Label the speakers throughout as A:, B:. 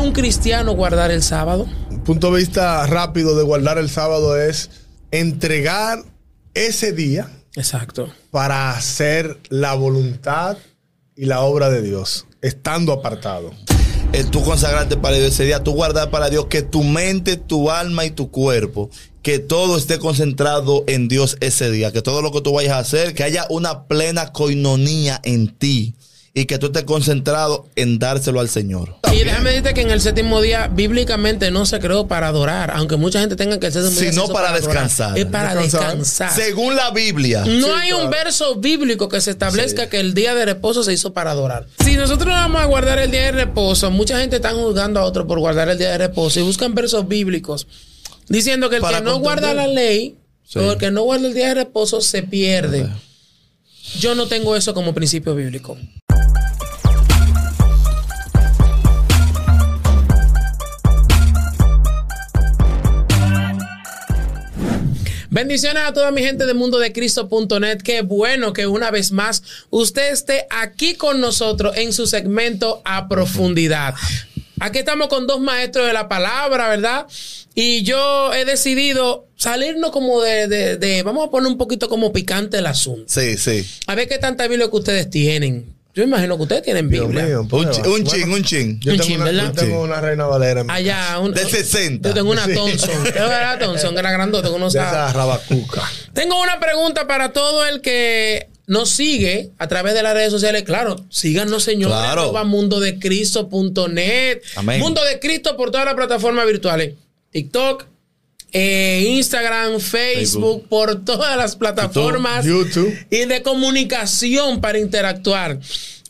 A: un cristiano guardar el sábado?
B: punto de vista rápido de guardar el sábado es entregar ese día
A: Exacto.
B: para hacer la voluntad y la obra de Dios, estando apartado.
C: Eh, tú consagrarte para Dios ese día, tú guardar para Dios que tu mente, tu alma y tu cuerpo, que todo esté concentrado en Dios ese día, que todo lo que tú vayas a hacer, que haya una plena coinonía en ti y que tú estés concentrado en dárselo al Señor.
A: Y déjame decirte que en el séptimo día, bíblicamente no se creó para adorar, aunque mucha gente tenga que el séptimo día. se
C: Sino
A: hizo
C: para
A: adorar.
C: descansar.
A: Es para
B: Descansar.
A: descansar.
C: Según la Biblia.
A: No hay un verso bíblico que se establezca que el día de reposo se hizo para adorar. Si nosotros vamos a guardar el día de reposo, mucha gente está juzgando a otro por guardar el día de reposo y buscan versos bíblicos diciendo que el
C: Para
A: que no
C: contender.
A: guarda la ley
C: Sí.
A: o el que no guarda el día de reposo se pierde. Yo no tengo eso como principio bíblico. Bendiciones a toda mi gente de mundo de Cristo.net. Qué bueno que una vez más usted esté aquí con nosotros en su segmento a profundidad. Aquí estamos con dos maestros de la palabra, ¿verdad? Y yo he decidido salirnos como de, de- de- vamos a poner un poquito como picante el asunto.
C: Sí, sí.
A: A ver qué tanta Biblia que ustedes tienen. Yo imagino que ustedes tienen
B: Dios
A: Biblia.
B: mío,
C: Un,
B: pruebas.
C: chi- un
B: Bueno,
C: chin, un chin.
B: Yo
A: Un
B: tengo,
A: chin,
B: una, yo
A: ¿verdad?
B: tengo
C: pues, Sí.
B: una reina valera en mi casa,
A: Allá, un-
C: De 60.
A: Yo tengo una
B: Sí.
A: Thompson. Yo tengo una Thompson, que era grandota, que uno
B: de
A: sabe.
B: esa rabacuca.
A: Tengo una pregunta para todo el que nos sigue a través de las redes sociales. Claro, síganos, señores.
C: Claro.
A: arroba mundodecristo.net.
C: Amén.
A: Mundo de Cristo por todas las plataformas virtuales. TikTok, eh, Instagram, Facebook,
C: Facebook.
A: por todas las plataformas.
B: YouTube.
A: Y de comunicación para interactuar.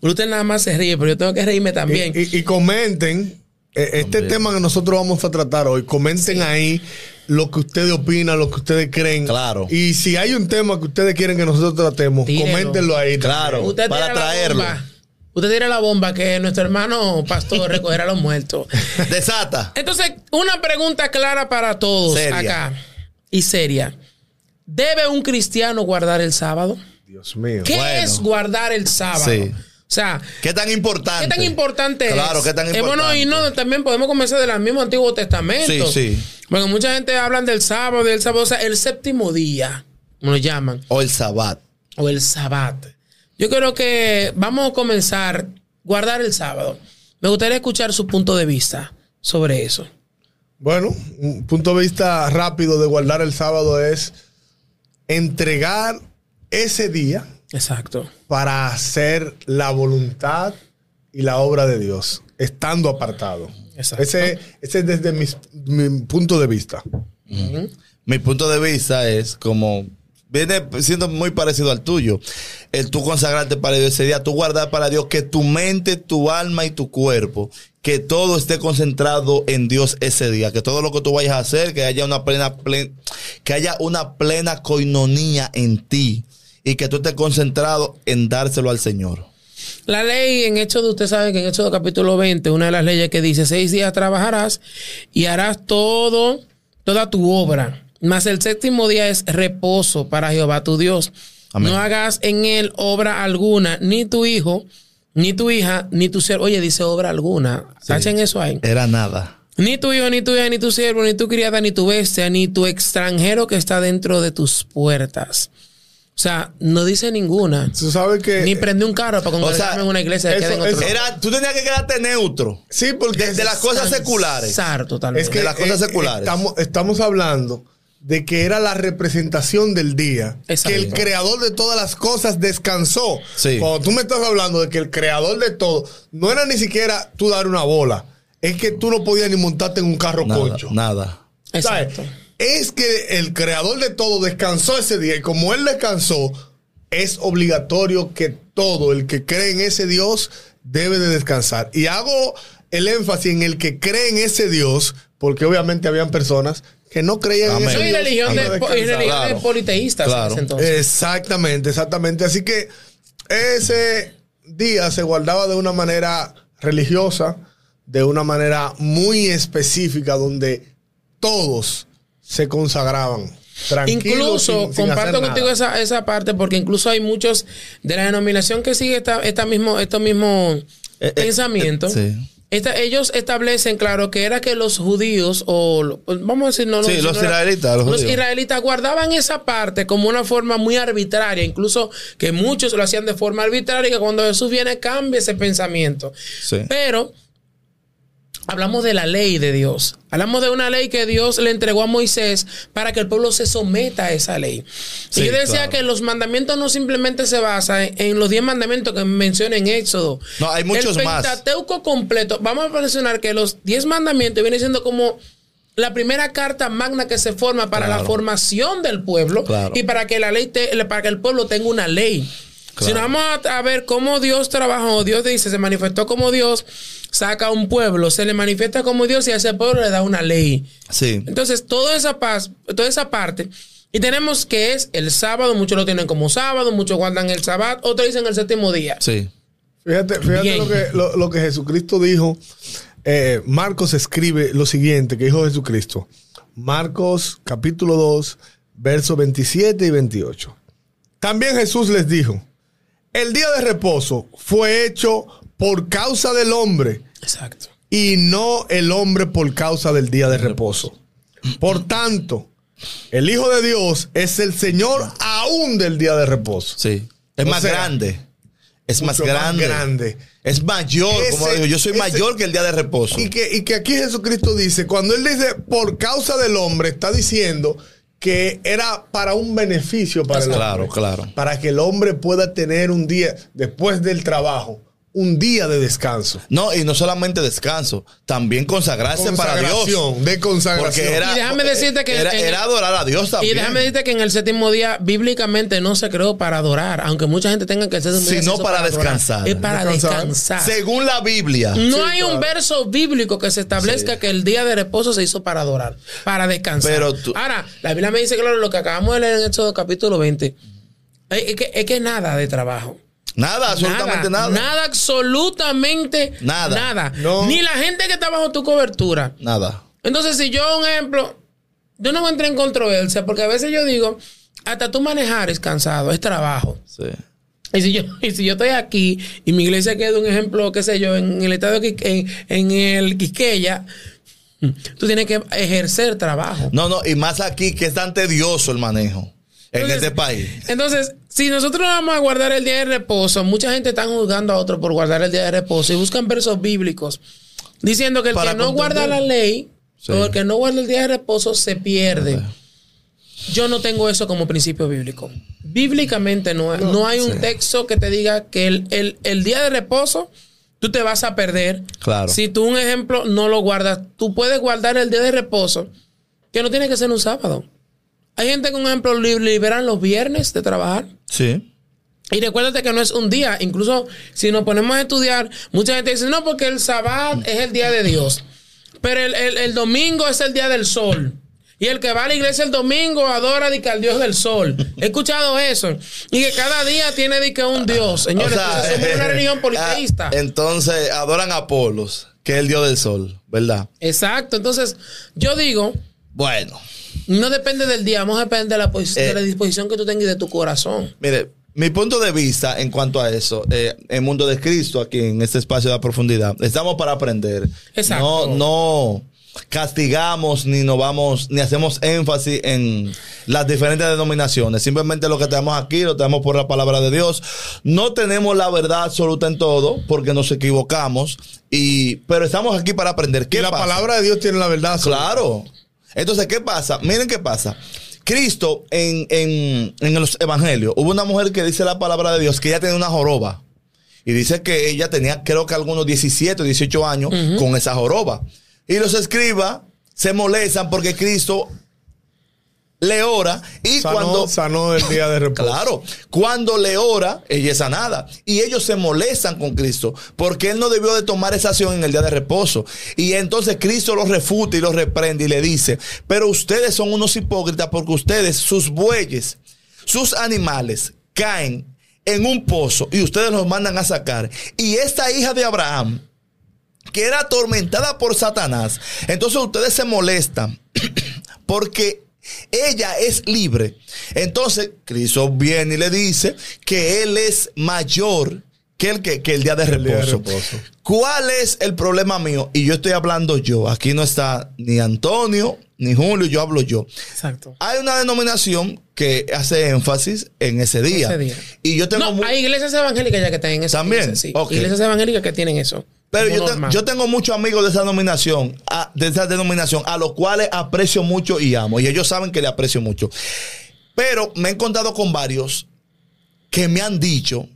A: Usted nada más se ríe, pero yo tengo que reírme también.
B: Y, y- y comenten eh, este
C: También.
B: tema que nosotros vamos a tratar hoy. Comenten ahí lo que ustedes opinan, lo que ustedes creen.
C: Claro.
B: Y si hay un tema que ustedes quieren que nosotros tratemos,
A: Tírenlo.
B: coméntenlo ahí.
C: Claro.
A: Usted
C: para
A: tira la
C: traerlo.
A: bomba. Usted tira la bomba que nuestro hermano pastor recogerá a los muertos.
C: Desata.
A: Entonces, una pregunta clara para todos
C: Seria.
A: acá y seria. ¿Debe un cristiano guardar el sábado?
B: Dios mío.
A: ¿Qué
C: Bueno.
A: es guardar el sábado?
C: Sí.
A: O sea,
C: ¿Qué tan importante?
A: ¿qué tan importante es?
C: Claro, ¿qué tan
A: Eh,
C: importante?
A: bueno, y no, también podemos comenzar del mismo Antiguo Testamento.
C: Sí, sí.
A: Bueno, mucha gente habla del sábado, del sábado, o sea, el séptimo día, como lo llaman,
C: O el sabat.
A: o el sabat. Yo creo que vamos a comenzar guardar el sábado. Me gustaría escuchar su punto de vista sobre eso.
B: Bueno, un punto de vista rápido de guardar el sábado es entregar ese día
A: Exacto.
B: para hacer la voluntad y la obra de Dios, estando apartado.
A: Exacto.
B: Ese, ese es desde mis- mi punto de vista.
C: Mi punto de vista es como. Viene siendo muy parecido al tuyo. El tú consagrarte para Dios ese día, tú guardar para Dios que tu mente, tu alma y tu cuerpo, que todo esté concentrado en Dios ese día, que todo lo que tú vayas a hacer, que haya una plena, plen- que haya una plena coinonía en ti y que tú estés concentrado en dárselo al Señor.
A: La ley en Hechos de usted sabe que en Hechos de capítulo 20, una de las leyes que dice, seis días trabajarás y harás todo, toda tu obra. Mas el séptimo día es reposo para Jehová tu Dios.
C: Amén.
A: No hagas en él obra alguna, ni tu hijo, ni tu hija, ni tu siervo. Oye, dice obra alguna. Tachen eso ahí.
C: Era nada.
A: Ni tu hijo, ni tu hija, ni tu siervo, ni tu criada, ni tu bestia, ni tu extranjero que está dentro de tus puertas. O sea, no dice ninguna.
B: Tú sabes que...
A: Ni prende un carro para congregarme
C: Eh, O sea,
A: en una iglesia que
B: eso-
A: quede en otro
B: eso-
A: lado.
C: Era, tú tenías que quedarte neutro.
B: sí, porque...
C: De las cosas seculares.
A: Zar, totalmente.
B: Es que
C: de las cosas
B: eh,
C: seculares.
B: Estamos, estamos hablando de que era la representación del día.
A: Exacto.
B: Que el creador de todas las cosas descansó.
C: Sí.
B: Cuando tú me estás hablando de que el creador de todo, no era ni siquiera tú dar una bola. Es que tú no podías ni montarte en un carro
C: Nada,
B: concho.
C: nada.
B: ¿Sabes?
A: Exacto.
B: Es que el creador de todo descansó ese día y como él descansó, es obligatorio que todo el que cree en ese Dios debe de descansar. Y hago el énfasis en el que cree en ese Dios, porque obviamente habían personas que no creían
C: Amén.
B: en ese
A: Soy
B: Dios.
A: religión
B: y
A: de,
B: no
A: po- y
B: descansaban.
A: religión de
C: Claro.
A: politeístas en ese
C: Claro.
A: entonces.
B: Exactamente, exactamente. Así que ese día se guardaba de una manera religiosa, de una manera muy específica, donde todos se consagraban. tranquilos,
A: Incluso,
B: sin- sin
A: comparto
B: hacer
A: contigo
B: nada.
A: esa, esa parte, porque incluso hay muchos de la denominación que sigue esta, esta mismo, estos mismos
C: Eh, eh,
A: pensamientos.
C: eh, sí.
A: esta- ellos establecen, claro, que era que los judíos, o lo- vamos a decir, no, no,
C: Sí,
A: si
C: los
A: no era-
C: israelitas, los judíos.
A: israelitas guardaban esa parte como una forma muy arbitraria, incluso que muchos lo hacían de forma arbitraria, y que cuando Jesús viene cambia ese pensamiento.
C: Sí.
A: Pero hablamos de la ley de Dios. Hablamos de una ley que Dios le entregó a Moisés para que el pueblo se someta a esa ley.
C: Sí,
A: y yo decía
C: claro.
A: que los mandamientos no simplemente se basan en los 10 mandamientos que menciona en Éxodo.
C: No, hay muchos
A: el
C: más.
A: Pentateuco completo. Vamos a mencionar que los 10 mandamientos vienen siendo como la primera carta magna que se forma para
C: Claro.
A: la formación del pueblo
C: Claro.
A: y para que la ley te- para que el pueblo tenga una ley.
C: Claro.
A: Si nos vamos a, a ver cómo Dios trabajó, Dios dice, se manifestó como Dios, saca a un pueblo, se le manifiesta como Dios y a ese pueblo le da una ley.
C: Sí.
A: Entonces, toda esa paz, toda esa parte. Y tenemos que es el sábado, muchos lo tienen como sábado, muchos guardan el sábado, otros dicen el séptimo día.
C: Sí.
B: Fíjate, fíjate
A: Bien.
B: lo, que, lo, lo que Jesucristo dijo. Eh, Marcos escribe lo siguiente que dijo Jesucristo. Marcos capítulo 2, versos 27 y 28. También Jesús les dijo, el día de reposo fue hecho por causa del hombre
A: Exacto.
B: y no el hombre por causa del día de reposo. Por tanto, el Hijo de Dios es el Señor aún del día de reposo.
C: Sí. Es
B: O
C: más
B: sea,
C: grande. Es más
B: mucho más
C: grande.
B: grande.
C: Es mayor, como
B: Ese-
C: digo. Yo soy
B: ese-
C: mayor que el día de reposo.
B: Y que, y que aquí Jesucristo dice, cuando él dice por causa del hombre, está diciendo que era para un beneficio para el
C: Claro,
B: hombre.
C: claro.
B: Para que el hombre pueda tener un día, después del trabajo, un día de descanso.
C: No, y no solamente descanso, también consagrarse para Dios.
B: Consagración, De consagración.
C: Porque era,
A: Y déjame decirte que
C: era,
A: en-
C: era adorar a Dios también.
A: Y déjame decirte que en el séptimo día, bíblicamente, no se creó para adorar, aunque mucha gente tenga que el séptimo día. se
C: Sino
A: hizo
C: para
A: adorar.
C: descansar.
A: Es para
B: Descansar.
A: descansar.
C: Según la Biblia.
A: No
B: Sí,
A: hay un
B: claro.
A: verso bíblico que se establezca
C: Sí.
A: que el día de reposo se hizo para adorar, para descansar.
C: Pero tú-
A: Ahora, la Biblia me dice, claro, lo que acabamos de leer en Éxodo capítulo 20, es es que, es que nada de trabajo.
C: Nada, absolutamente nada. Nada.
A: Nada, absolutamente
C: Nada.
A: nada.
B: No.
A: Ni la gente que está bajo tu cobertura. Entonces, si yo, un ejemplo, yo no voy a entrar en controversia, porque a veces yo digo, hasta tú manejar es cansado, es trabajo.
C: Sí.
A: Y si yo, y si yo estoy aquí y mi iglesia queda un ejemplo, qué sé yo, en el estado de Quis- en, en el Quisqueya, tú tienes que ejercer trabajo.
C: No, no, y más aquí que es tan tedioso el manejo en
A: Entonces-
C: este país.
A: Entonces, si nosotros vamos a guardar el día de reposo, mucha gente está juzgando a otro por guardar el día de reposo y buscan versos bíblicos diciendo que el
C: Para
A: que no
C: contender.
A: guarda la ley
C: Sí.
A: o el que no guarda el día de reposo se pierde. Yo no tengo eso como principio bíblico. Bíblicamente no, no hay un
C: sí.
A: texto que te diga que el, el- el día de reposo tú te vas a perder.
C: Claro.
A: Si tú, un ejemplo, no lo guardas, tú puedes guardar el día de reposo, que no tiene que ser un sábado. Hay gente que, un ejemplo, li- liberan los viernes de trabajar.
C: Sí.
A: Y recuérdate que no es un día. Incluso si nos ponemos a estudiar, mucha gente dice, no, porque el sabbat es el día de Dios. Pero el, el- el domingo es el día del sol. Y el que va a la iglesia el domingo adora di que al Dios del sol. He escuchado eso. Y que cada día tiene di que un Dios. Señores,
C: O sea,
A: entonces somos una religión politeísta.
C: ah, Entonces adoran a Apolos, que es el dios del sol, ¿verdad?
A: Exacto. Entonces, yo digo,
C: Bueno,
A: no depende del día, vamos a depender de la, pos-
C: Eh.
A: de la disposición que tú tengas y de tu corazón.
C: mire, mi punto de vista en cuanto a eso, eh, en Mundo de Cristo, aquí en este espacio de la profundidad, estamos para aprender.
A: Exacto.
C: No, no castigamos ni nos vamos, ni hacemos énfasis en las diferentes denominaciones. Simplemente lo que tenemos aquí lo tenemos por la palabra de Dios. No tenemos la verdad absoluta en todo porque nos equivocamos, y, pero estamos aquí para aprender.
B: Y
C: ¿Qué
B: la
C: pasa?
B: palabra de Dios tiene la verdad. sobre-
C: Claro. Entonces, ¿qué pasa? Miren qué pasa. Cristo en, en- en los evangelios, hubo una mujer que dice la palabra de Dios que ella tenía una joroba. Y dice que ella tenía, creo que algunos 17, 18 años con esa joroba. Y los escribas se molestan porque Cristo le ora. Y
B: Sanó,
C: cuando.
B: sanó el día de reposo.
C: Claro, pues, cuando le ora, ella es sanada. Y ellos se molestan con Cristo, porque él no debió de tomar esa acción en el día de reposo. Y entonces Cristo los refuta y los reprende y le dice, pero ustedes son unos hipócritas porque ustedes, sus bueyes, sus animales, caen en un pozo y ustedes los mandan a sacar. Y esta hija de Abraham, que era atormentada por Satanás, entonces ustedes se molestan porque ella es libre. Entonces, Cristo viene y le dice que él es mayor que el, que, que el día de
B: El día de
C: reposo.
B: reposo.
C: ¿Cuál es el problema mío? Y yo estoy hablando yo. Aquí no está ni Antonio, ni Julio, yo hablo yo.
A: Exacto.
C: Hay una denominación que hace énfasis en ese día.
A: Ese día.
C: Y yo tengo
A: No,
C: mu-
A: hay iglesias evangélicas ya que tienen eso.
C: También,
A: Iglesias, sí.
C: ok.
A: Iglesias evangélicas que tienen eso.
C: Pero
A: Como
C: yo, te-
A: norma.
C: yo tengo muchos amigos de esa denominación, a- de esa denominación, a los cuales aprecio mucho y amo. Y ellos saben que le aprecio mucho. Pero me he encontrado con varios que me han dicho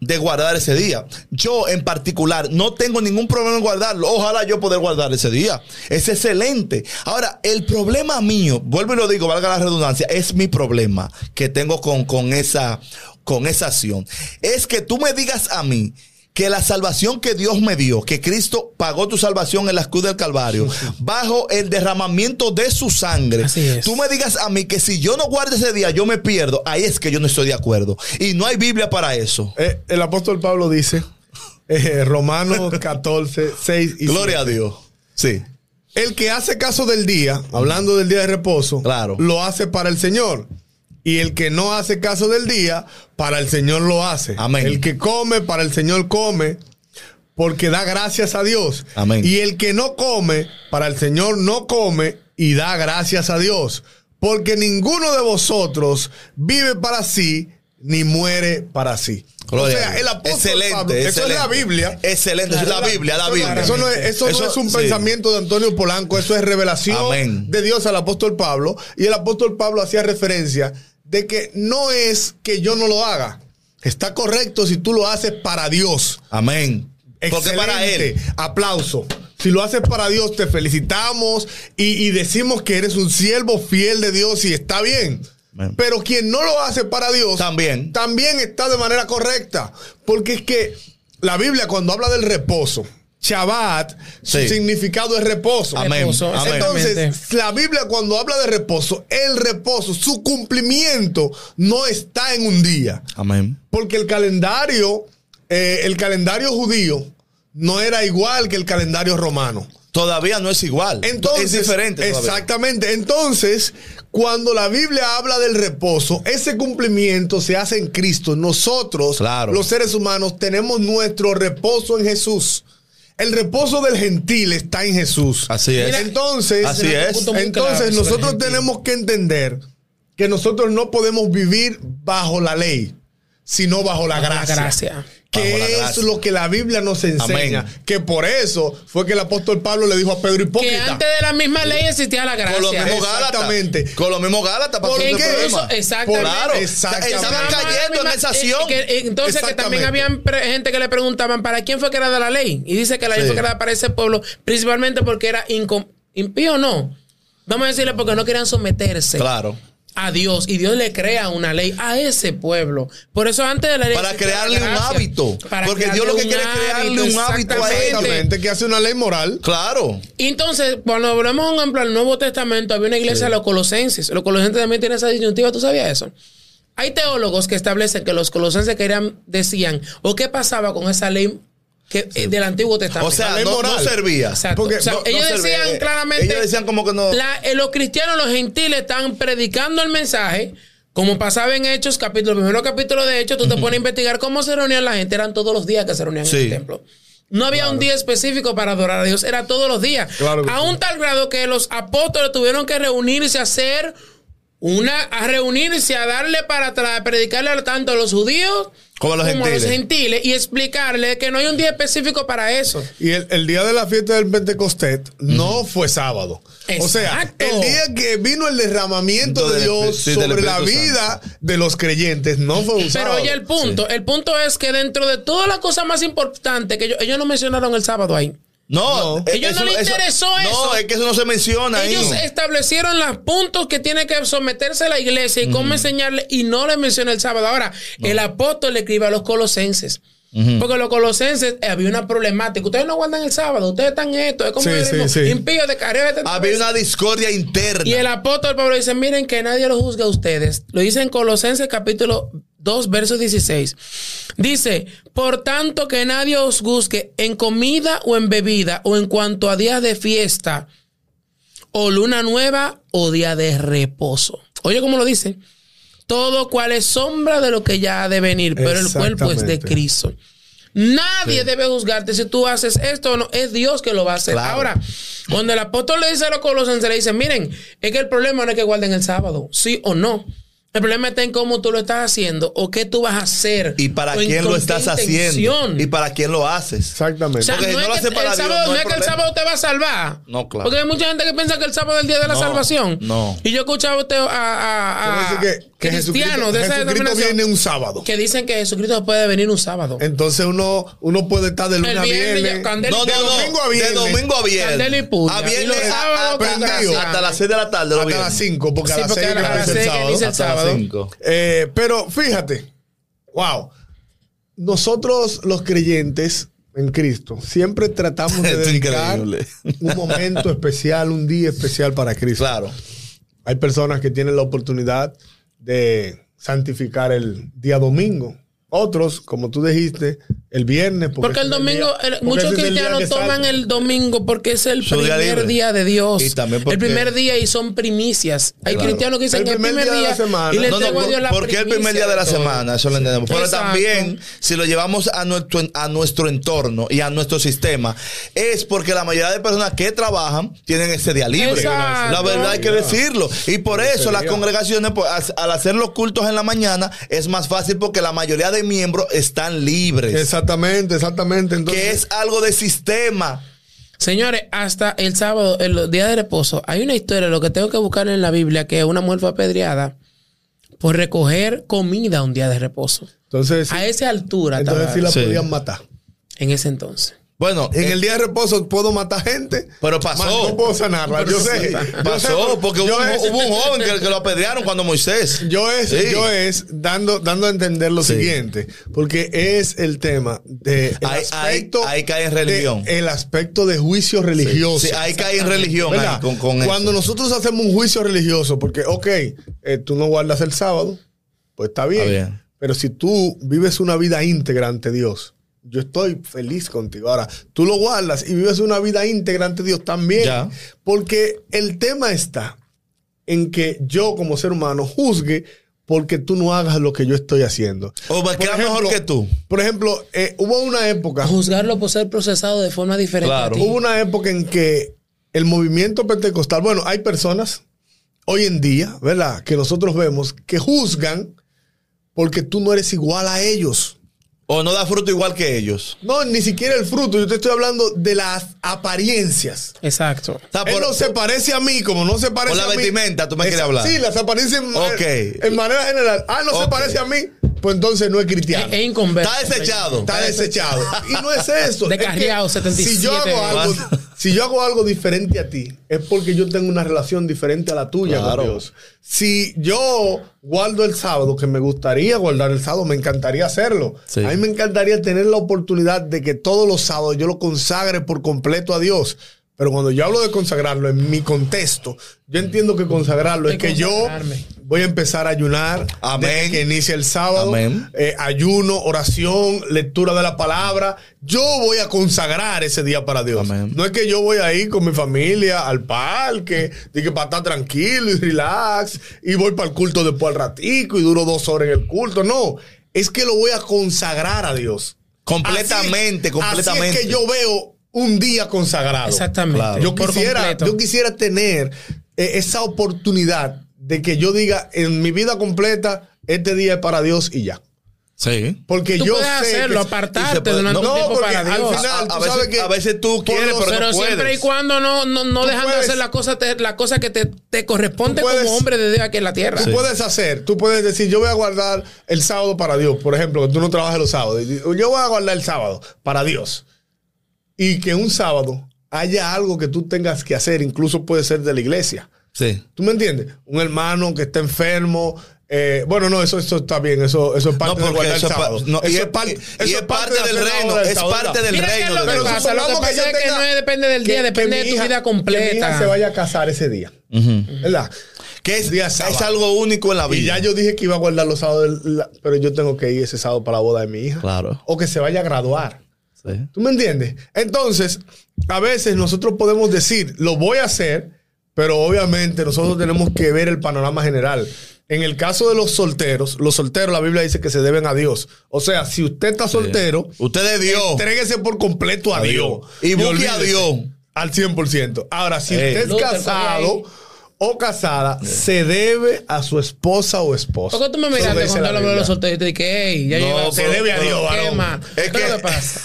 C: de guardar ese día. Yo en particular no tengo ningún problema en guardarlo. Ojalá yo poder guardar ese día. Es excelente. Ahora, el problema mío, vuelvo y lo digo, valga la redundancia, es mi problema que tengo con, con esa, con esa acción. Es que tú me digas a mí que la salvación que Dios me dio, que Cristo pagó tu salvación en la cruz del Calvario, bajo el derramamiento de su sangre,
A: Así es.
C: tú me digas a mí que si yo no guardo ese día, yo me pierdo. Ahí es que yo no estoy de acuerdo. Y no hay Biblia para eso.
B: Eh, el apóstol Pablo dice, eh, Romanos 14, 6 y
C: Gloria a Dios. Sí.
B: El que hace caso del día, hablando del día de reposo,
C: Claro.
B: lo hace para el Señor. Y el que no hace caso del día, para el Señor lo hace.
C: Amén.
B: El que come, para el Señor come, porque da gracias a Dios.
C: Amén.
B: Y el que no come, para el Señor no come y da gracias a Dios. Porque ninguno de vosotros vive para sí ni muere para sí.
C: Gloria
B: o
C: a
B: sea,
C: Dios.
B: el apóstol
C: excelente,
B: Pablo, eso es la
C: excelente.
B: Biblia.
C: Excelente, eso es la Biblia, la
B: Eso no-
C: Biblia.
B: Eso no es, eso no es un
C: sí.
B: pensamiento de Antonio Polanco, eso es revelación
C: Amén.
B: de Dios al apóstol Pablo. Y el apóstol Pablo hacía referencia de que no es que yo no lo haga. Está correcto si tú lo haces para Dios.
C: Amén. Porque
B: Excelente.
C: para él.
B: Aplauso. Si lo haces para Dios, te felicitamos y, y decimos que eres un siervo fiel de Dios y está bien.
C: Amén.
B: Pero quien no lo hace para Dios
C: También.
B: también está de manera correcta. Porque es que la Biblia cuando habla del reposo, Shabbat,
C: Sí.
B: su significado es reposo.
C: Amén.
A: Reposo,
C: Amén.
A: exactamente.
B: Entonces, la Biblia cuando habla de reposo, el reposo, su cumplimiento no está en un día.
C: Amén.
B: Porque el calendario, eh, el calendario judío no era igual que el calendario romano.
C: Todavía no es igual.
B: Entonces,
C: es diferente. todavía.
B: Exactamente. Entonces, cuando la Biblia habla del reposo, ese cumplimiento se hace en Cristo. Nosotros,
C: Claro.
B: los seres humanos, tenemos nuestro reposo en Jesús. El reposo del gentil está en Jesús.
C: Así es.
A: Mira,
B: Entonces,
C: Así es.
A: punto muy claro
B: entonces
A: sobre
B: nosotros
A: el gentil.
B: tenemos que entender que nosotros no podemos vivir bajo la ley, sino bajo la
A: Bajo la
B: gracia.
A: gracia.
B: Que
C: Bajo la
B: es
C: gracia.
B: lo que la Biblia nos enseña.
C: Amén.
B: Que por eso fue que el apóstol Pablo le dijo a Pedro
A: Que
B: hipócrita.
A: antes de la misma ley existía la
C: Con lo mismo
A: gracia.
B: mismos-
C: Exactamente.
B: Exactamente.
C: Con lo mismo Gálata pasó
B: Porque
C: ese
B: incluso-
C: problema.
A: exactamente.
C: Claro.
B: Exactamente.
C: Estaban
B: Nada más
C: cayendo en esa acción.
A: Y que- y entonces que también
B: Exactamente.
A: habían pre- gente que le preguntaban para quién fue creada la ley y dice que la ley
C: Sí.
A: fue creada para ese pueblo principalmente porque era incom- impío no vamos a decirle porque no querían someterse
C: Claro.
A: a Dios y Dios le crea una ley a ese pueblo. Por eso antes de la ley
C: Para
A: existía la
C: crearle un
A: gracia.
C: hábito. Porque Dios lo
A: crearle
C: que quiere es crearle un hábito a él.
A: exactamente.
B: Exactamente, que hace una ley moral.
C: Claro.
A: Y Entonces, cuando hablamos, por ejemplo, del Nuevo Testamento, había una iglesia de los colosenses. Los colosenses también tienen esa disyuntiva, ¿tú sabías eso? Hay teólogos que establecen que los colosenses querían, decían, o qué pasaba con esa ley que, eh, del Antiguo Testamento.
C: O sea,
B: ley
C: no, no
B: moral.
C: servía.
A: Exacto.
B: porque
A: O sea,
B: no- no
A: ellos
C: servía.
A: decían
C: Eh,
A: claramente...
C: Ellos decían como que no.
A: La- eh, los cristianos, los gentiles están predicando el mensaje. Como pasaba en Hechos, capítulo, primero capítulo de Hechos, tú te pones a investigar cómo se reunían la gente. Eran todos los días que se reunían en
C: Sí.
A: el templo. No había un día específico para adorar a Dios, era todos los días.
B: Claro que
A: a un tal grado que los apóstoles tuvieron que reunirse a hacer una, a reunirse, a darle para atrás, a predicarle a tanto a los judíos
C: Como a los gentiles.
A: gentiles, y explicarle que no hay un día específico para eso.
B: Y el, el día de la fiesta del Pentecostés no fue sábado. O sea,
A: Exacto.
B: el día que vino el derramamiento de
C: Entonces,
B: Dios
C: sí, del
B: sobre la
C: Espíritu
B: vida de los creyentes no fue un
A: Pero
B: sábado.
A: oye el punto, el punto es que dentro de todas las cosas más importantes que ellos, ellos no mencionaron el sábado ahí.
B: No.
C: No, eh,
A: Ellos no les interesó
C: No,
A: eso.
C: es que eso no se menciona ahí.
A: Ellos establecieron los puntos que tiene que someterse la iglesia y cómo enseñarle y no le menciona el sábado. Ahora, el apóstol le escribe a los colosenses. Porque los colosenses eh, había una problemática. Ustedes no guardan el sábado, ustedes están esto, es como
B: Sí,
A: yo digo,
B: sí, sí.
A: impío de carrera.
C: Había una discordia
A: Y
C: interna.
A: el apóstol Pablo dice, miren que nadie lo juzga a ustedes. Lo dice en Colosenses capítulo 2, verso 16. Dice, por tanto que nadie os juzgue en comida o en bebida o en cuanto a días de fiesta o luna nueva o día de reposo. Oye, ¿cómo lo dice? Todo cual es sombra de lo que ya ha de venir, pero el cuerpo es de
B: Exactamente.
A: Cristo. Nadie debe juzgarte si tú haces esto o no. Es Dios que lo va a hacer.
C: Claro.
A: Ahora, cuando el apóstol le dice a los colosenses, le dice, miren, es que el problema no es que guarden el sábado, sí o no. El problema está en cómo tú lo estás haciendo o qué tú vas a hacer.
C: ¿Y para
A: o en
C: quién
A: con
C: lo
A: qué
C: estás
A: intención.
C: haciendo? ¿Y para quién lo haces?
A: O
B: Exactamente.
A: sea,
C: Porque si
A: no,
C: no lo
A: es, que
C: haces para
A: el
C: Dios,
A: sábado,
C: no
A: no
C: hay
A: es que el
C: problema.
A: sábado te va a salvar.
C: No, claro.
A: Porque hay mucha gente que piensa que el sábado es el día de la
C: No,
A: salvación.
C: no.
A: Y yo he escuchado a usted a, a- a
B: Quiere decir que, que
A: cristianos
B: Jesucristo,
A: de esa
B: Jesucristo
A: denominación
B: viene un sábado.
A: que dicen que Jesucristo puede venir un sábado.
B: Entonces uno, uno puede estar de lunes
A: El
B: a
A: viernes,
B: viernes.
A: ya, candela-
C: No,
B: de
C: no, no.
B: domingo a viernes.
C: De domingo a
A: Candela y
C: viernes.
A: puya.
C: A
A: Y los
C: viernes
A: sábados
C: a-
A: con
C: hasta,
A: gracia.
C: hasta las 6 de la tarde.
B: hasta las 5, porque
A: Sí,
B: a las
A: porque
B: 6
A: a las
B: inicia el
A: seis
B: sábado.
A: inicia el
C: Hasta las
A: sábado.
C: 5.
B: Eh, pero fíjate, wow, nosotros los creyentes en Cristo siempre tratamos de
C: Esto es
B: dedicar
C: increíble.
B: un momento especial, un día especial para Cristo.
C: Claro.
B: Hay personas que tienen la oportunidad de santificar el día domingo. Otros, como tú dijiste, el viernes.
A: Porque el
B: ese es
A: domingo,
B: día-
A: el-
B: porque
A: muchos
B: ese es el día
A: cristianos
B: que
A: toman
B: salta.
A: el domingo porque es el
C: Su día
A: primer
C: libre.
A: día de Dios.
C: Y también
A: el
C: porque-
A: primer día y son primicias. Hay
C: Claro.
A: cristianos que dicen
B: El
A: el
B: primer
A: primer día,
B: día de la semana.
A: y le
C: No, no,
A: entrego a Dios la
C: porque el primer
A: primicia
C: día de la
A: todo.
C: semana, eso lo entendemos. Pero
A: Exacto.
C: también, si lo llevamos a nuestro, a nuestro entorno y a nuestro sistema, es porque la mayoría de personas que trabajan tienen ese día libre.
A: Exacto.
C: La verdad hay que decirlo. Y por eso las congregaciones, pues, as- al hacer los cultos en la mañana, es más fácil porque la mayoría de miembros están libres.
B: Exactamente, exactamente. Entonces,
C: Que es algo de sistema.
A: Señores, hasta el sábado, el día de reposo, hay una historia, lo que tengo que buscar en la Biblia, que una mujer fue apedreada por recoger comida un día de reposo.
B: entonces,
A: A esa altura,
B: entonces
A: estaba
B: sí la
C: Sí.
B: podían matar.
A: en ese entonces.
C: Bueno,
B: En
C: eh,
B: el día de reposo puedo matar gente.
C: Pero pasó.
B: Más no puedo sanarla. Yo sé. Yo sé,
C: pasó porque hubo,
B: yo
C: un-
B: es,
C: hubo un joven que, que lo apedrearon cuando Moisés.
B: yo es,
C: Sí.
B: yo es dando, dando a entender lo
C: Sí.
B: siguiente, porque es el tema de el
C: Ahí- ahí-
B: aspecto
C: ahí cae en
B: de-
C: religión.
B: el aspecto de juicio religioso.
C: Sí, ahí cae en religión
B: ¿Verdad?
C: ahí, con, con eso.
B: Cuando nosotros hacemos un juicio religioso, porque, ok, eh, tú no guardas el sábado, pues está bien.
C: Está bien.
B: Pero si tú vives una vida íntegra ante Dios, yo estoy feliz contigo. Ahora, tú lo guardas y vives una vida íntegra ante Dios también.
C: Ya.
B: Porque el tema está en que yo como ser humano juzgue porque tú no hagas lo que yo estoy haciendo.
C: O va a quedar mejor que tú.
B: Por ejemplo, eh, hubo una época...
A: Juzgarlo por ser procesado de forma diferente. a
C: Claro.
A: ti.
B: Hubo una época en que el movimiento pentecostal, bueno, hay personas hoy en día, ¿verdad? Que nosotros vemos que juzgan porque tú no eres igual a ellos.
C: O no da fruto igual que ellos.
B: No, ni siquiera el fruto. Yo te estoy hablando de las apariencias.
A: Exacto.
C: O sea,
B: Él
C: por-
B: no se parece a mí como no se parece
C: Por la
B: a mí.
C: vestimenta, tú me quieres
B: Esa-
C: hablar.
B: Sí, las apariencias en,
C: Ok.
B: en manera general. Ah, no se
C: Ok.
B: parece a mí, pues entonces no es
A: Es,
B: cristiano.
A: es inconverso.
C: Está desechado.
B: Está desechado. Y no es eso.
A: Descarriado,
B: Es que
A: 77.
B: Si yo, hago algo, si yo hago algo diferente a ti, es porque yo tengo una relación diferente a la tuya
C: Claro.
B: con Dios. Si yo guardo el sábado, que me gustaría guardar el sábado, me encantaría hacerlo.
C: Sí.
B: A mí me encantaría tener la oportunidad de que todos los sábados yo lo consagre por completo a Dios. Pero cuando yo hablo de consagrarlo, en mi contexto, yo entiendo que consagrarlo es
A: De
B: que yo
A: consagrarme.
B: voy a empezar a ayunar
C: Amén.
B: desde que inicia el sábado.
C: Amén.
B: Eh, ayuno, oración, lectura de la palabra. Yo voy a consagrar ese día para Dios.
C: Amén.
B: No es que yo voy ahí con mi familia al parque, de que para estar tranquilo y relax, y voy para el culto después al ratico y duro dos horas en el culto. No, es que lo voy a consagrar a Dios.
C: Completamente,
B: Así-
C: completamente.
B: Así es que yo veo un día consagrado.
A: Exactamente.
C: Claro.
B: Yo
A: Por
B: quisiera,
A: completo.
B: yo quisiera tener eh, esa oportunidad de que yo diga en mi vida completa, este día es para Dios y ya.
C: Sí.
B: Porque
A: Tú
B: yo
A: puedes
B: sé
A: hacerlo,
B: que-
A: apartarte
C: y se puede-
A: durante
B: no,
A: un tiempo
B: porque
A: para
B: al
A: Dios.
B: final-
C: A,
B: tú
C: a veces,
B: sabes que-
C: a veces tú
B: por
C: quieres,
B: los-
C: pero,
A: Pero
C: no puedes.
A: siempre y cuando no, no, no
B: Tú
A: dejando
B: puedes-
A: hacer la cosa, te- la cosa que te, te corresponde
B: Tú puedes-
A: como hombre de Dios aquí en la tierra.
B: Tú puedes hacer, tú puedes decir, yo voy a guardar el sábado para Dios. Por ejemplo, que tú no trabajas los sábados. Y dices, Yo voy a guardar el sábado para Dios. Y que un sábado haya algo que tú tengas que hacer, incluso puede ser de la iglesia.
C: Sí.
B: ¿Tú me entiendes? Un hermano que está enfermo. eh, bueno, no, eso, eso está bien, eso, eso es parte de guardar el
C: eso es pa-
B: sábado.
C: no, y
B: Eso
C: es-
B: par-
C: y-
B: eso
C: y es parte
B: de
C: del
B: hacer la
C: reino,
B: obra del
C: es
B: sábado.
C: parte del
A: Mira qué es
C: reino.
A: lo
C: de
A: que
C: Dios.
A: pasa. Lo que
B: supongamos
A: pasa
B: yo
A: es que
B: tenga-
A: no es- depende del día,
B: que-
A: depende
B: que
A: de
B: mi
A: tu
B: hija-
A: vida completa.
B: Que mi hija se vaya a casar ese día. ¿Verdad?
C: Que es,
B: Día
C: es
B: sábado.
C: algo único en la
B: Y
C: vida.
B: ya yo dije que iba a guardar los sábados, del- la- pero yo tengo que ir ese sábado para la boda de mi hija.
C: Claro.
B: O que se vaya a graduar.
C: Sí.
B: ¿Tú me entiendes? Entonces, a veces nosotros podemos decir, lo voy a hacer, pero obviamente nosotros tenemos que ver el panorama general. En el caso de los solteros, los solteros, la Biblia dice que se deben a Dios. O sea, si usted está soltero,
C: Usted es Dios.
B: entréguese por completo a,
C: A
B: Dios.
C: Dios. Oh. Y busque a
B: olvídese
C: Dios. Eh.
B: Al 100%. Ahora, si
C: Ey.
B: usted es
A: Luther,
B: casado
A: coge ahí.
B: o casada,
C: Eh.
B: se debe a su esposa o esposo.
A: ¿Por qué tú me
B: Eso
A: miraste
B: dice
A: cuando
B: la
A: yo hablaba de los
B: Biblia.
A: solteros? Y te dije, hey, ya
C: No,
A: llegó.
C: se debe a Dios,
A: ¿Qué
C: varón.
A: más?
C: Es
A: ¿Qué es lo
C: que-
A: que pasa?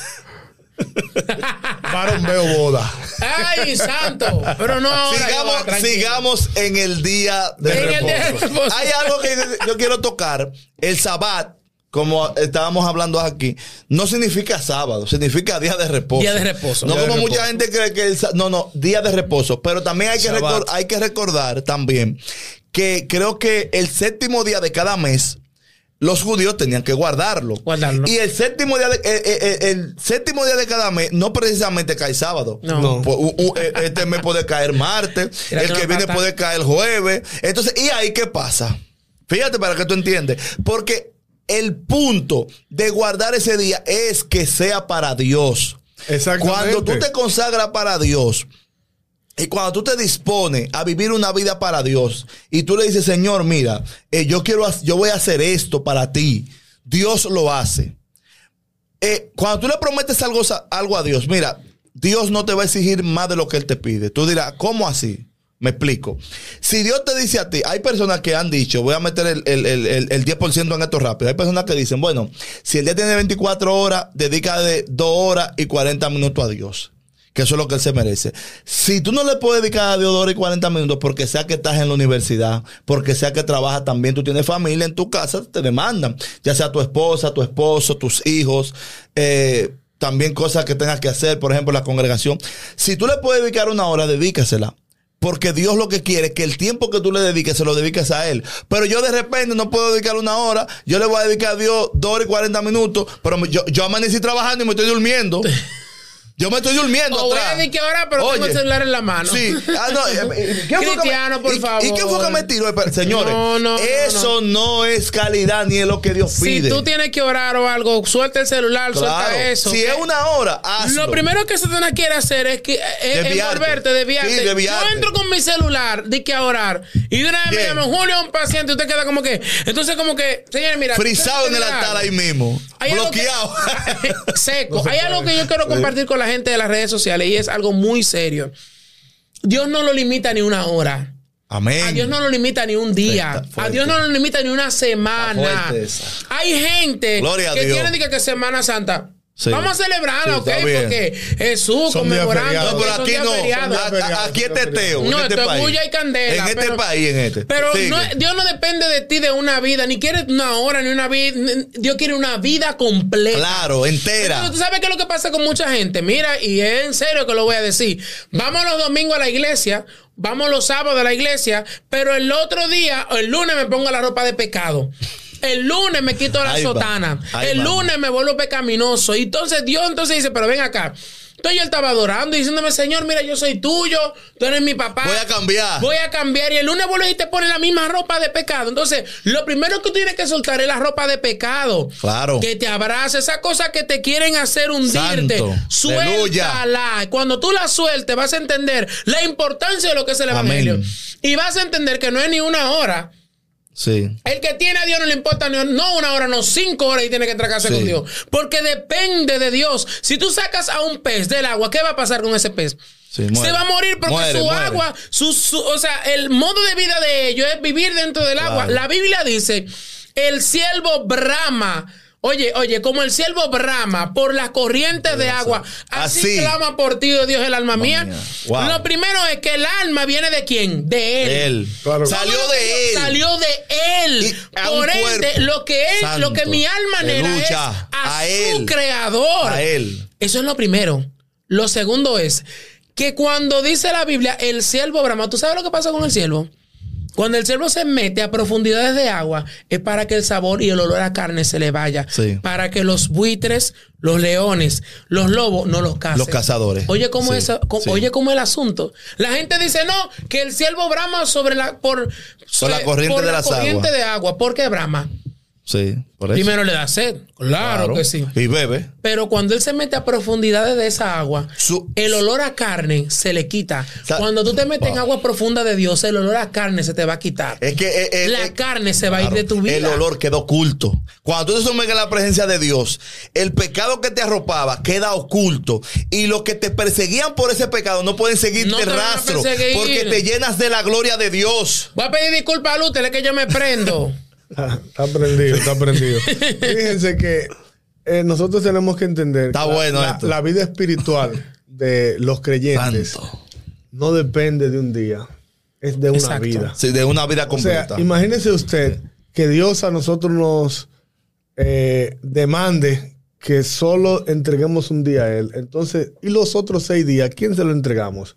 B: Varón veo boda.
A: ¡Ay, santo! Pero no ahora.
C: Sigamos,
A: yo, tranquilo.
C: sigamos en el día de
A: En el
C: reposo.
A: día de reposo.
C: Hay algo que yo quiero tocar. El sabbat, como estábamos hablando aquí, no significa sábado, significa día de reposo.
A: Día de reposo.
C: No
A: Día de
C: como mucha
B: reposo.
C: gente cree que el sa- no, no, día de reposo. Pero también hay que,
B: Shabbat.
C: recor- hay que recordar también que creo que el séptimo día de cada mes. Los judíos tenían que guardarlo.
A: Guardarlo.
C: Y el séptimo día de, eh, eh, eh, el séptimo día de cada mes no precisamente cae sábado.
A: No.
B: No.
C: Pues, u- u- e- este mes puede caer martes,
A: Mira que
C: el que
A: no
C: viene
A: pasa.
C: puede caer jueves. Entonces, ¿y ahí qué pasa? Fíjate para que tú entiendes. Porque el punto de guardar ese día es que sea para Dios.
B: Exactamente.
C: Cuando tú te consagras para Dios y cuando tú te dispones a vivir una vida para Dios y tú le dices, Señor, mira, eh, yo quiero, ha- yo voy a hacer esto para ti. Dios lo hace. Eh, cuando tú le prometes algo, sa- algo a Dios, mira, Dios no te va a exigir más de lo que Él te pide. Tú dirás, ¿cómo así? Me explico. Si Dios te dice a ti, hay personas que han dicho, voy a meter el, el- el- el- el 10% en esto rápido. Hay personas que dicen, bueno, si el día tiene 24 horas, dedica de 2 horas y 40 minutos a Dios. Que eso es lo que él se merece. Si tú no le puedes dedicar a Dios 2 horas y 40 minutos, porque sea que estás en la universidad, porque sea que trabajas también, tú tienes familia en tu casa, te demandan. Ya sea tu esposa, tu esposo, tus hijos, eh, también cosas que tengas que hacer, por ejemplo, la congregación. Si tú le puedes dedicar una hora, dedícasela. Porque Dios lo que quiere es que el tiempo que tú le dediques se lo dediques a Él. Pero yo de repente no puedo dedicar una hora. Yo le voy a dedicar a Dios 2 horas y 40 minutos. Pero yo, yo amanecí trabajando y me estoy durmiendo. Yo me estoy durmiendo.
A: O voy
C: atrás.
A: a decir que ahora, pero tengo
C: Oye,
A: el celular en la mano.
C: Sí. Ah, no, eh, eh, ¿qué fue que me-
A: Cristiano, por
C: ¿y-
A: favor.
C: ¿Y qué fue que me tiró? Espera, Señores,
A: No, no, no,
C: eso no, es calidad ni es lo que Dios
A: Si
C: pide.
A: tú tienes que orar o algo, suelta el celular,
C: Claro.
A: suelta eso.
C: Si es una hora, hazlo.
A: Lo primero que Satanás quiere hacer es que es
C: Desviarte.
A: envolverte, desviarte.
C: Sí, desviarte.
A: Yo entro con mi celular, di que a orar. Y de una vez me
C: Bien.
A: llaman Julio a un paciente, y usted queda como que. Entonces, como que, señores, mira.
C: Frisado en
A: ustedes
C: el
A: tienen
C: altar
A: algo.
C: ahí mismo.
A: Hay algo que-
C: bloqueado.
A: seco. Hay algo que yo quiero compartir con la gente de las redes sociales y es algo muy serio. Dios no lo limita ni una hora.
C: Amén.
A: A Dios no lo limita ni un día.
C: Está fuerte.
A: A Dios no lo limita ni una
C: Está
A: semana.
C: fuerte esa.
A: Hay gente
C: Gloria a
A: que
C: Dios.
A: quiere decir que Semana Santa.
C: Sí.
A: Vamos a celebrarla,
C: Sí,
A: ok,
C: está bien.
A: porque Jesús
B: Son días
A: conmemorando.
B: feriados.
C: No, pero
A: son
C: aquí
A: días
C: no.
A: feriados.
C: A- a- Aquí es teteo.
A: No,
C: en este
A: esto es
C: país.
A: bulla y candela,
C: En este
A: pero-
C: país, en este.
A: Pero
C: Sigue.
A: no- Dios no depende de ti de una vida, ni quiere una hora, ni una vida. Dios quiere una vida completa.
C: Claro, entera.
A: Pero tú sabes qué es lo que pasa con mucha gente. Mira, y es en serio que lo voy a decir. Vamos los domingos a la iglesia, vamos los sábados a la iglesia, pero el otro día, el lunes me pongo la ropa de pecado. El lunes me quito la
C: Ahí va,
A: sotana.
C: ahí
A: el
C: va.
A: lunes me vuelvo pecaminoso. Y entonces Dios entonces dice, pero ven acá. Entonces yo estaba adorando y diciéndome, Señor, mira, yo soy tuyo, tú eres mi papá.
C: Voy a cambiar.
A: Voy a cambiar y el lunes vuelves y te pones la misma ropa de pecado. Entonces, lo primero que tú tienes que soltar es la ropa de pecado.
C: Claro.
A: Que te abrace, esa cosa que te quieren hacer hundirte.
C: Santo.
A: Suéltala. Cuando tú la sueltes, vas a entender la importancia de lo que es el
C: Amén.
A: Evangelio. Y vas a entender que no es ni una hora.
C: Sí.
A: El que tiene a Dios no le importa, ni- no una hora, no cinco horas y tiene que tracarse
C: Sí.
A: con Dios. Porque depende de Dios. Si tú sacas a un pez del agua, ¿qué va a pasar con ese pez?
C: Sí, muere.
A: Se va a morir porque
C: Muere,
A: su
C: muere.
A: agua, su, su- o sea, el modo de vida de ellos es vivir dentro del agua.
C: Claro.
A: La Biblia dice, el siervo brama. Oye, oye, como el siervo brama por las corrientes de agua, así,
C: Así.
A: clama por ti, oh Dios, el alma mía.
C: mía. Wow.
A: Lo primero es que el alma viene de quién? De él.
C: Él.
B: Claro.
C: Salió de él.
A: Salió de él.
C: Y a un
A: Por ende,
C: cuerpo.
A: lo que es, lo que
C: Santo.
A: mi alma
C: Le
A: anhela es
C: lucha
A: a,
C: a
A: su
C: él.
A: creador.
C: A él.
A: Eso es lo primero. Lo segundo es que cuando dice la Biblia, el siervo brama, ¿tú sabes lo que pasa con el siervo? Cuando el siervo se mete a profundidades de agua, es para que el sabor y el olor a carne se le vaya.
C: Sí.
A: Para que los buitres, los leones, los lobos no los cacen.
C: Los cazadores.
A: Oye, ¿cómo,
C: Sí,
A: eso, co-
C: sí.
A: oye cómo el asunto? La gente dice, no, que el siervo brama sobre la, por,
C: Por la
A: eh,
C: corriente
A: por
C: de
A: la
C: las
A: corriente
C: aguas.
A: de agua. ¿Por qué brama?
C: Sí, por eso.
A: Primero le da sed, claro, que sí.
C: Y bebe.
A: Pero cuando él se mete a profundidades de esa agua,
C: Su-
A: el olor a carne se le quita.
C: Sa-
A: Cuando tú te metes en
C: Wow.
A: agua profunda de Dios, el olor a carne se te va a quitar.
C: Es que eh, eh,
A: La
C: eh,
A: carne se va a ir de tu vida.
C: El olor queda oculto. Cuando tú te sumes en la presencia de Dios, el pecado que te arropaba queda oculto. Y los que te perseguían por ese pecado no pueden seguirte
A: No te van a
C: rastro.
A: perseguir.
C: Porque te llenas de la gloria de Dios.
A: Voy a pedir disculpas a Luz, es que yo me prendo.
B: Está prendido, está prendido. Fíjense que eh, nosotros tenemos que entender
C: Está
B: que la-
C: bueno
B: la,
C: esto.
B: la vida espiritual de los creyentes
C: Santo.
B: no depende de un día, es de una
A: Exacto.
B: vida.
C: Sí, de una vida
B: O sea,
C: completa.
B: imagínese usted que Dios a nosotros nos eh, demande que solo entreguemos un día a Él. Entonces, ¿y los otros seis días? ¿Quién se lo entregamos?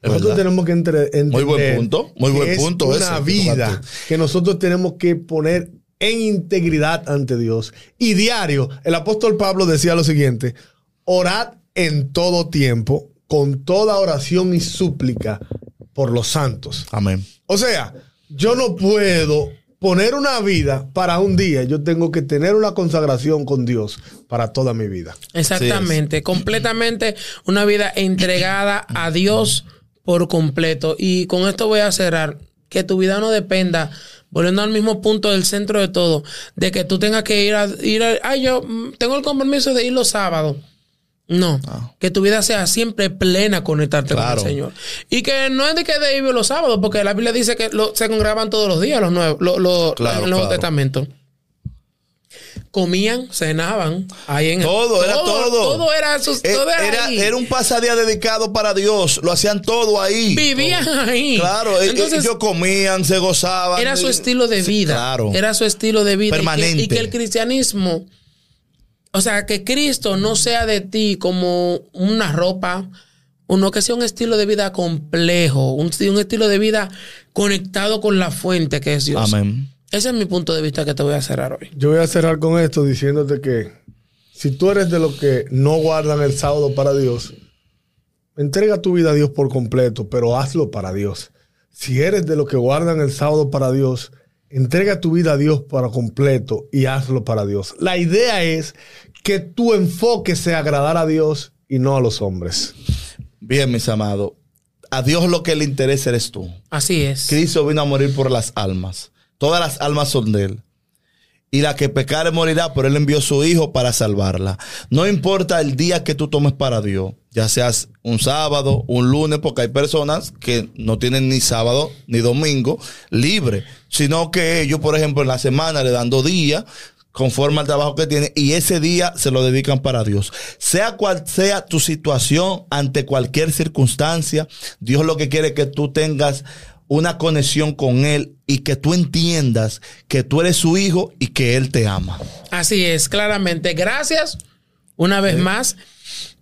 C: Es
B: Nosotros
C: verdad.
B: tenemos que entre- entender.
C: Muy buen punto, muy
B: que
C: buen punto
B: Es
C: ese,
B: una
C: que
B: vida
C: tocaste.
B: que nosotros tenemos que poner en integridad ante Dios. Y diario, el apóstol Pablo decía lo siguiente: orad en todo tiempo, con toda oración y súplica por los santos.
C: Amén.
B: O sea, yo no puedo poner una vida para un día. Yo tengo que tener una consagración con Dios para toda mi vida.
A: Exactamente, completamente una vida entregada a Dios por completo. Y con esto voy a cerrar, que tu vida no dependa, volviendo al mismo punto del centro de todo, de que tú tengas que ir a... Ir a- ay, yo mm, tengo el compromiso de ir los sábados. No,
C: Ah.
A: que tu vida sea siempre plena conectarte
C: Claro.
A: con el Señor. Y que no es de que de ir los sábados, porque la Biblia dice que lo- se congregaban todos los días los nuevos, los, los,
C: Claro,
A: en el Nuevo
C: claro.
A: Testamento. Comían, cenaban, ahí en
C: Todo, era todo.
A: todo era sus-
C: Eh,
A: todo era,
C: era,
A: ahí.
C: era un pasadía dedicado para Dios. Lo hacían todo ahí.
A: Vivían ahí.
C: Claro, eh, eh,
A: Entonces,
C: ellos comían, se gozaban.
A: era su estilo de
C: Sí,
A: vida.
C: Claro.
A: Era su estilo de vida. Y que-
C: Permanente.
A: Y que, el cristianismo, o sea, que Cristo no sea de ti como una ropa, uno que sea un estilo de vida complejo, un, un estilo de vida conectado con la fuente que es Dios.
C: Amén.
A: Ese es mi punto de vista que te voy a cerrar hoy.
B: Yo voy a cerrar con esto diciéndote que si tú eres de los que no guardan el sábado para Dios, entrega tu vida a Dios por completo, pero hazlo para Dios. Si eres de los que guardan el sábado para Dios, entrega tu vida a Dios para completo y hazlo para Dios. La idea es que tu enfoque sea agradar a Dios y no a los hombres.
C: Bien, mis amados. A Dios lo que le interesa eres tú.
A: Así es.
C: Cristo vino a morir por las almas. Todas las almas son de él. Y la que pecare morirá, pero él envió su hijo para salvarla. No importa el día que tú tomes para Dios, ya seas un sábado, un lunes, porque hay personas que no tienen ni sábado ni domingo libre, sino que ellos, por ejemplo, en la semana le dan dos días conforme al trabajo que tienen y ese día se lo dedican para Dios. Sea cual sea tu situación ante cualquier circunstancia, Dios lo que quiere es que tú tengas una conexión con Él y que tú entiendas que tú eres su hijo y que Él te ama.
A: Así es, claramente. Gracias una vez más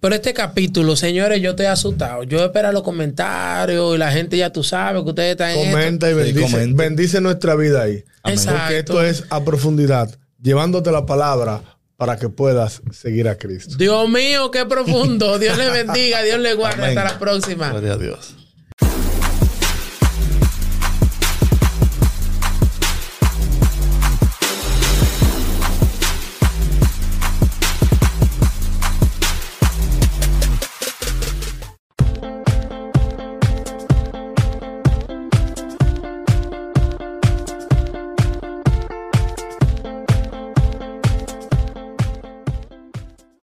A: por este capítulo. Señores, yo estoy asustado. Yo espero los comentarios y la gente ya tú sabes que ustedes están en esto.
B: Comenta y
C: Sí,
B: bendice,
C: comenta.
B: bendice nuestra vida ahí.
C: Amén.
A: Exacto.
B: Porque esto es a profundidad, llevándote la palabra para que puedas seguir a Cristo.
A: Dios mío, qué profundo. Dios le bendiga, Dios le guarde.
C: Amén.
A: Hasta la próxima.
C: Gloria a Dios.